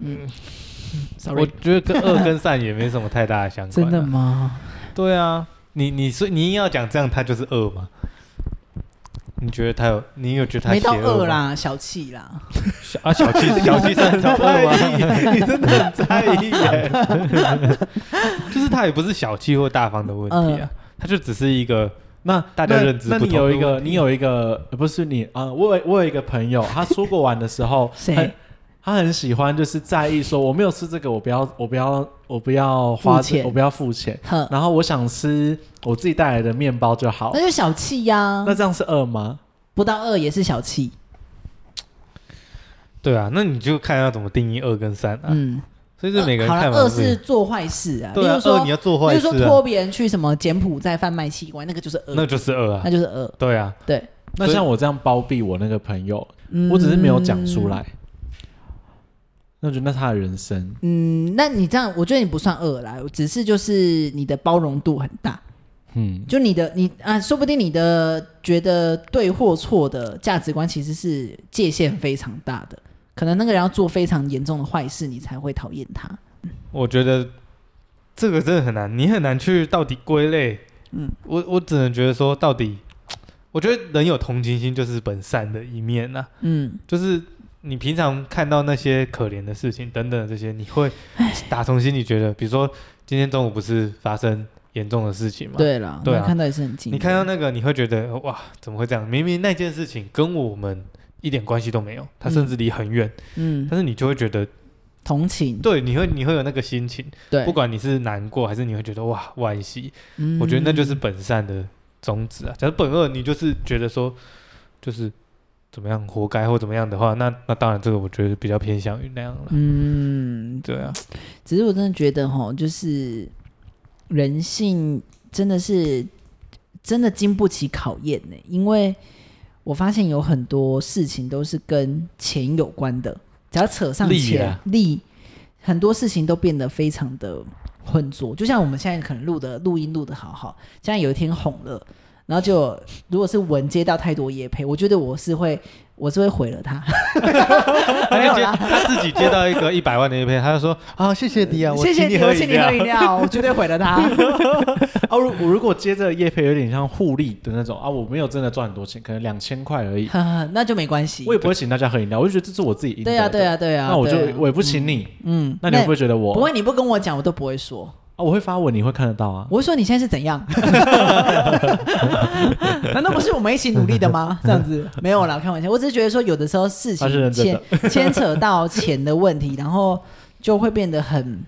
S2: 嗯嗯
S1: 我
S2: ，sorry，
S1: 觉得跟二跟善也没什么太大的相关。
S2: 真的？吗？
S1: 对啊，你你说你硬要讲这样，他就是二嘛？你觉得他有？你有觉得他
S2: 没到
S1: 邪恶
S2: 二
S1: 吗？
S2: 啦，小气啦，，
S1: 小啊，小 气小气算到二吗？
S3: 你真的很在意耶！
S1: 就是他也不是小气或大方的问题啊，他就只是一个
S3: 那
S1: 大家认知
S3: 那，那
S1: 不
S3: 你
S1: 同
S3: 有
S1: 的
S3: 一个，
S1: 问题
S3: 你有一个，呃不是你啊、呃我有我有一个朋友，他出国玩的时候
S2: 谁
S3: 很他很喜欢，就是在意说，我没有吃这个，我不要，我不要，我不要花
S2: 付钱
S3: 我不要付钱。
S2: 哼，
S3: 然后我想吃我自己带来的面包就好
S2: 那。就小气呀
S3: 那，这样是饿吗？
S2: 不到二也是小气。
S1: 对啊，那你就看要怎么定义二跟三啊。
S2: 嗯，
S1: 所以这每个人
S2: 好
S1: 看
S2: 了，
S1: 法
S2: 二
S1: 都不一
S2: 是
S1: 样。
S2: 做坏事啊，例
S1: 对啊
S2: 如，
S1: 二
S2: 说，
S1: 你
S2: 例
S1: 要做坏
S2: 如
S1: 事
S2: 说
S1: 啊
S2: 拖，别人去什么柬埔寨贩卖器官，那个就是
S1: 那
S2: 二，
S1: 就是二啊
S2: 那。就是二，
S1: 对啊，
S2: 对。
S3: 那
S1: 所以
S3: 像我这样包庇我那个朋友，我只是没有讲出来。那我觉得那是他的人生，
S2: 嗯，那你这样，我觉得你不算恶啦，只是就是你的包容度很大，
S3: 嗯，
S2: 就你的你啊，说不定你的觉得对或错的价值观其实是界限非常大的，可能那个人要做非常严重的坏事，你才会讨厌他。
S1: 我觉得这个真的很难，你很难去到底归类。嗯，我我只能觉得说，到底，我觉得人有同情心就是本善的一面呐、
S2: 嗯，
S1: 就是你平常看到那些可怜的事情等等的这些，你会打从心里觉得，比如说今天中午不是发生严重的事情嘛？，
S2: 对了，
S1: 对啊啊
S2: 我嗯看到也是很近，
S1: 你看到那个你会觉得哇，怎么会这样？明明那件事情跟我们一点关系都没有，它甚至离很远，
S2: 嗯，
S1: 但是你就会觉得，
S2: 同情，
S1: 对，你会你会有那个心情。
S2: 对，
S1: 不管你是难过还是你会觉得哇惋惜，
S2: 嗯
S1: 我觉得那就是本善的宗旨啊。假如本恶，你就是觉得说就是怎么样活该或怎么样的话，那那当然这个我觉得比较偏向于那样了。
S2: 嗯，
S1: 对啊，
S2: 只是我真的觉得哈，就是人性真的是真的经不起考验呢、因为我发现有很多事情都是跟钱有关的，只要扯上
S1: 利
S2: 钱
S1: 啊
S2: 利，很多事情都变得非常的浑浊。就像我们现在可能录的录音录的好好，现在有一天红了，然后就如果是文接到太多夜配，我觉得我是会我是会毁了他。
S1: 他
S2: 没
S1: 就
S2: 有
S1: 接
S2: 啦
S1: 他自己接到一个一百万的叶片，他就说啊，谢谢你啊，
S2: 谢谢
S1: 请
S2: 你，
S1: 喝
S2: 我请
S1: 饮
S2: 你喝
S1: 料
S2: 饮。料，我绝对毁了他。
S3: 哦，如如果接着叶配有点像互利的那种啊，我没有真的赚很多钱，可能两千块而已，
S2: 那就没关系
S3: 我。也不会请大家喝饮料，我就觉得这是我自己应得
S2: 对
S3: 的。
S2: 啊，对啊，对啊。
S3: 那我就
S2: 对啊
S3: 我也不请你，
S2: 嗯，
S3: 那你会不会觉得我
S2: 不会，你不跟我讲，我都不会说。
S3: 啊？我会发文，你会看得到啊。
S2: 我会说你现在是怎样？ 难道不是我们一起努力的 吗？这样子没有啦，开玩笑。我只是觉得说，有的时候事
S3: 他是
S2: 情
S3: 认真
S2: 牵
S3: 的
S2: 牵扯到钱的问题，然后就会变得很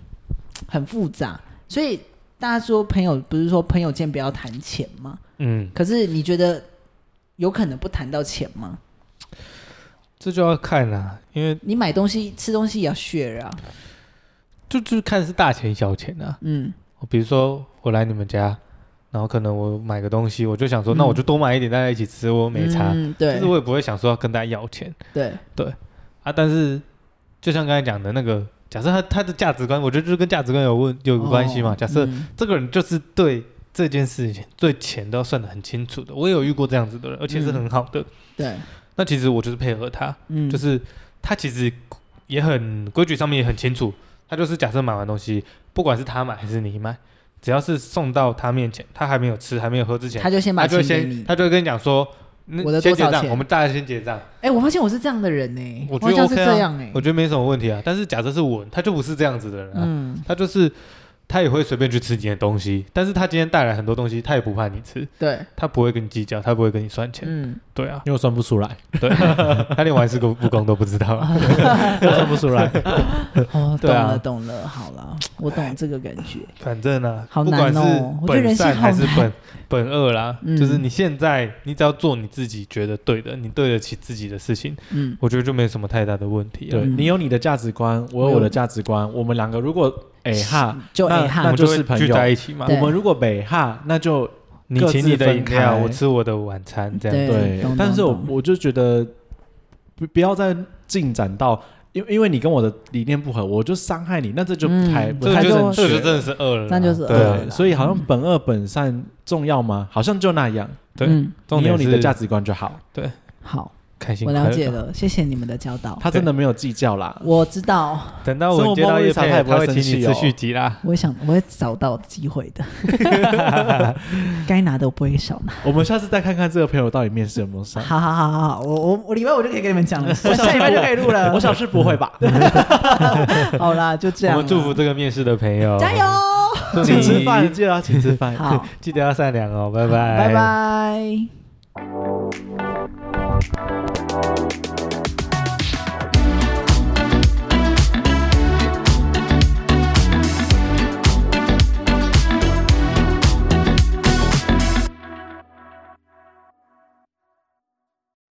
S2: 很复杂。所以大家说朋友不是说朋友间不要谈钱吗？
S1: 嗯，
S2: 可是你觉得有可能不谈到钱吗？
S1: 这就要看啊，因为
S2: 你买东西吃东西也要 share 啊，
S1: 就就看是大钱小钱啊。
S2: 嗯，
S1: 比如说我来你们家，然后可能我买个东西，我就想说，那
S2: 嗯
S1: 我就多买一点，大家一起吃，我没差。
S2: 嗯，
S1: 就是
S2: 对
S1: 我也不会想说要跟大家要钱
S2: 对，
S1: 啊。但是就像刚才讲的那个，假设他他的价值观，我觉得就是跟价值观有问有关系嘛。
S2: 哦
S1: 假设
S2: 嗯
S1: 这个人就是对这件事情、对钱都要算得很清楚的，我也有遇过这样子的人，而且是很好的。
S2: 对，
S1: 那其实我就是配合他，
S2: 嗯，
S1: 就是他其实也很规矩，上面也很清楚。他就是假设买完东西，不管是他买还是你买，只要是送到他面前，他还没有吃、还没有喝之前，
S2: 他就先把
S1: 他就
S2: 钱
S1: 会
S2: 给
S1: 先
S2: 你。
S1: 他就会跟你讲说，那
S2: 我的
S1: 先
S2: 多少
S1: 结账，
S2: 钱
S1: 我们大家先结账。
S2: 哎、我发现我是这样的人呢、
S1: 我觉
S2: 好
S1: 得
S2: 像是
S1: OK 啊
S2: 这样哎、
S1: 我觉得没什么问题啊。但是假设是我，他就不是这样子的人啊，
S2: 嗯，
S1: 他就是他也会随便去吃你的东西，但是他今天带来很多东西，他也不怕你吃，
S2: 对，
S1: 他不会跟你计较，他不会跟你算钱。
S2: 嗯，
S1: 对啊，
S3: 因为我算不出 来，
S1: 对，他连玩世不恭都不知道啊。
S3: 我算不出 来。
S2: 哦，懂
S1: 对啊
S2: 了，懂了，好了，我懂这个感觉。
S1: 反正啊，
S2: 好
S1: 不管
S2: 难
S1: 是
S2: 哦我觉
S1: 本
S2: 得人性
S1: 善
S2: 好
S1: 还是
S2: 难
S1: 本本恶啦，
S2: 嗯
S1: 就是你现在你只要做你自己觉得对的，你对得起自己的事情，
S2: 嗯，
S1: 我觉得就没什么太大的问题啊了
S3: 对。你有你的价值观，我有我的价值观，我们两个如果哎哈，
S2: 就
S3: 那
S2: 哎
S1: 我
S2: 哈
S3: 那
S1: 们，
S3: 就是
S1: 会
S3: 朋
S1: 聚
S3: 友
S1: 在一起嘛
S3: 啊我
S2: 对。
S3: 们如果北哈，那就
S1: 你
S3: 各
S1: 请
S3: 自
S1: 你的饮
S3: 分
S1: 料，
S3: 开
S1: 我吃我的晚餐，这样
S2: 对
S1: 子。
S3: 对
S2: 懂。
S3: 但是
S2: 懂
S3: 我
S2: 懂
S3: 我就觉得不不要再进展到，因为因为你跟我的理念不合，我就伤害你，那这就
S2: 嗯
S3: 太不
S1: 这
S3: 太
S1: 个
S2: 他
S1: 就是这个
S3: 正
S1: 就
S3: 确
S1: 真。的是饿了啦，
S2: 那就是
S1: 对
S2: 饿
S1: 啊
S2: 了
S3: 对，所以好像本恶本善重要吗？好像就那样，
S1: 对
S2: 嗯，
S1: 重
S3: 你
S1: 点
S3: 有
S1: 是
S3: 你的价值观就好。
S2: 好，
S1: 开心
S2: 我
S1: 快乐。
S2: 了解了，谢谢你们的教导。
S3: 他真的没有计较啦。
S2: 我知道，
S1: 等到
S3: 生活
S1: 我接到
S3: 梦
S1: 叶
S3: 日常
S1: 佩，
S3: 他也不
S1: 他
S3: 会
S1: 会请
S3: 生
S1: 你
S3: 气
S1: 吃
S3: 哦
S1: 续集 啦。
S2: 我想我会找到机会的，啊该拿的我不会少拿。
S3: 我们下次再看看这个朋友到底面试有没有上。
S2: 好好好好好，我我我礼拜五就可以跟你 们讲了，下下礼拜就可以录了
S3: 我。想是不会吧？
S2: 好啦，就这
S1: 我
S2: 样啦，
S1: 们祝福这个面试的朋友，
S2: 加 油，，
S1: 祝
S3: 请吃
S1: 你
S3: 饭，记得要请吃饭。
S2: 好，
S1: 记得要善良哦，拜拜，
S2: 拜拜。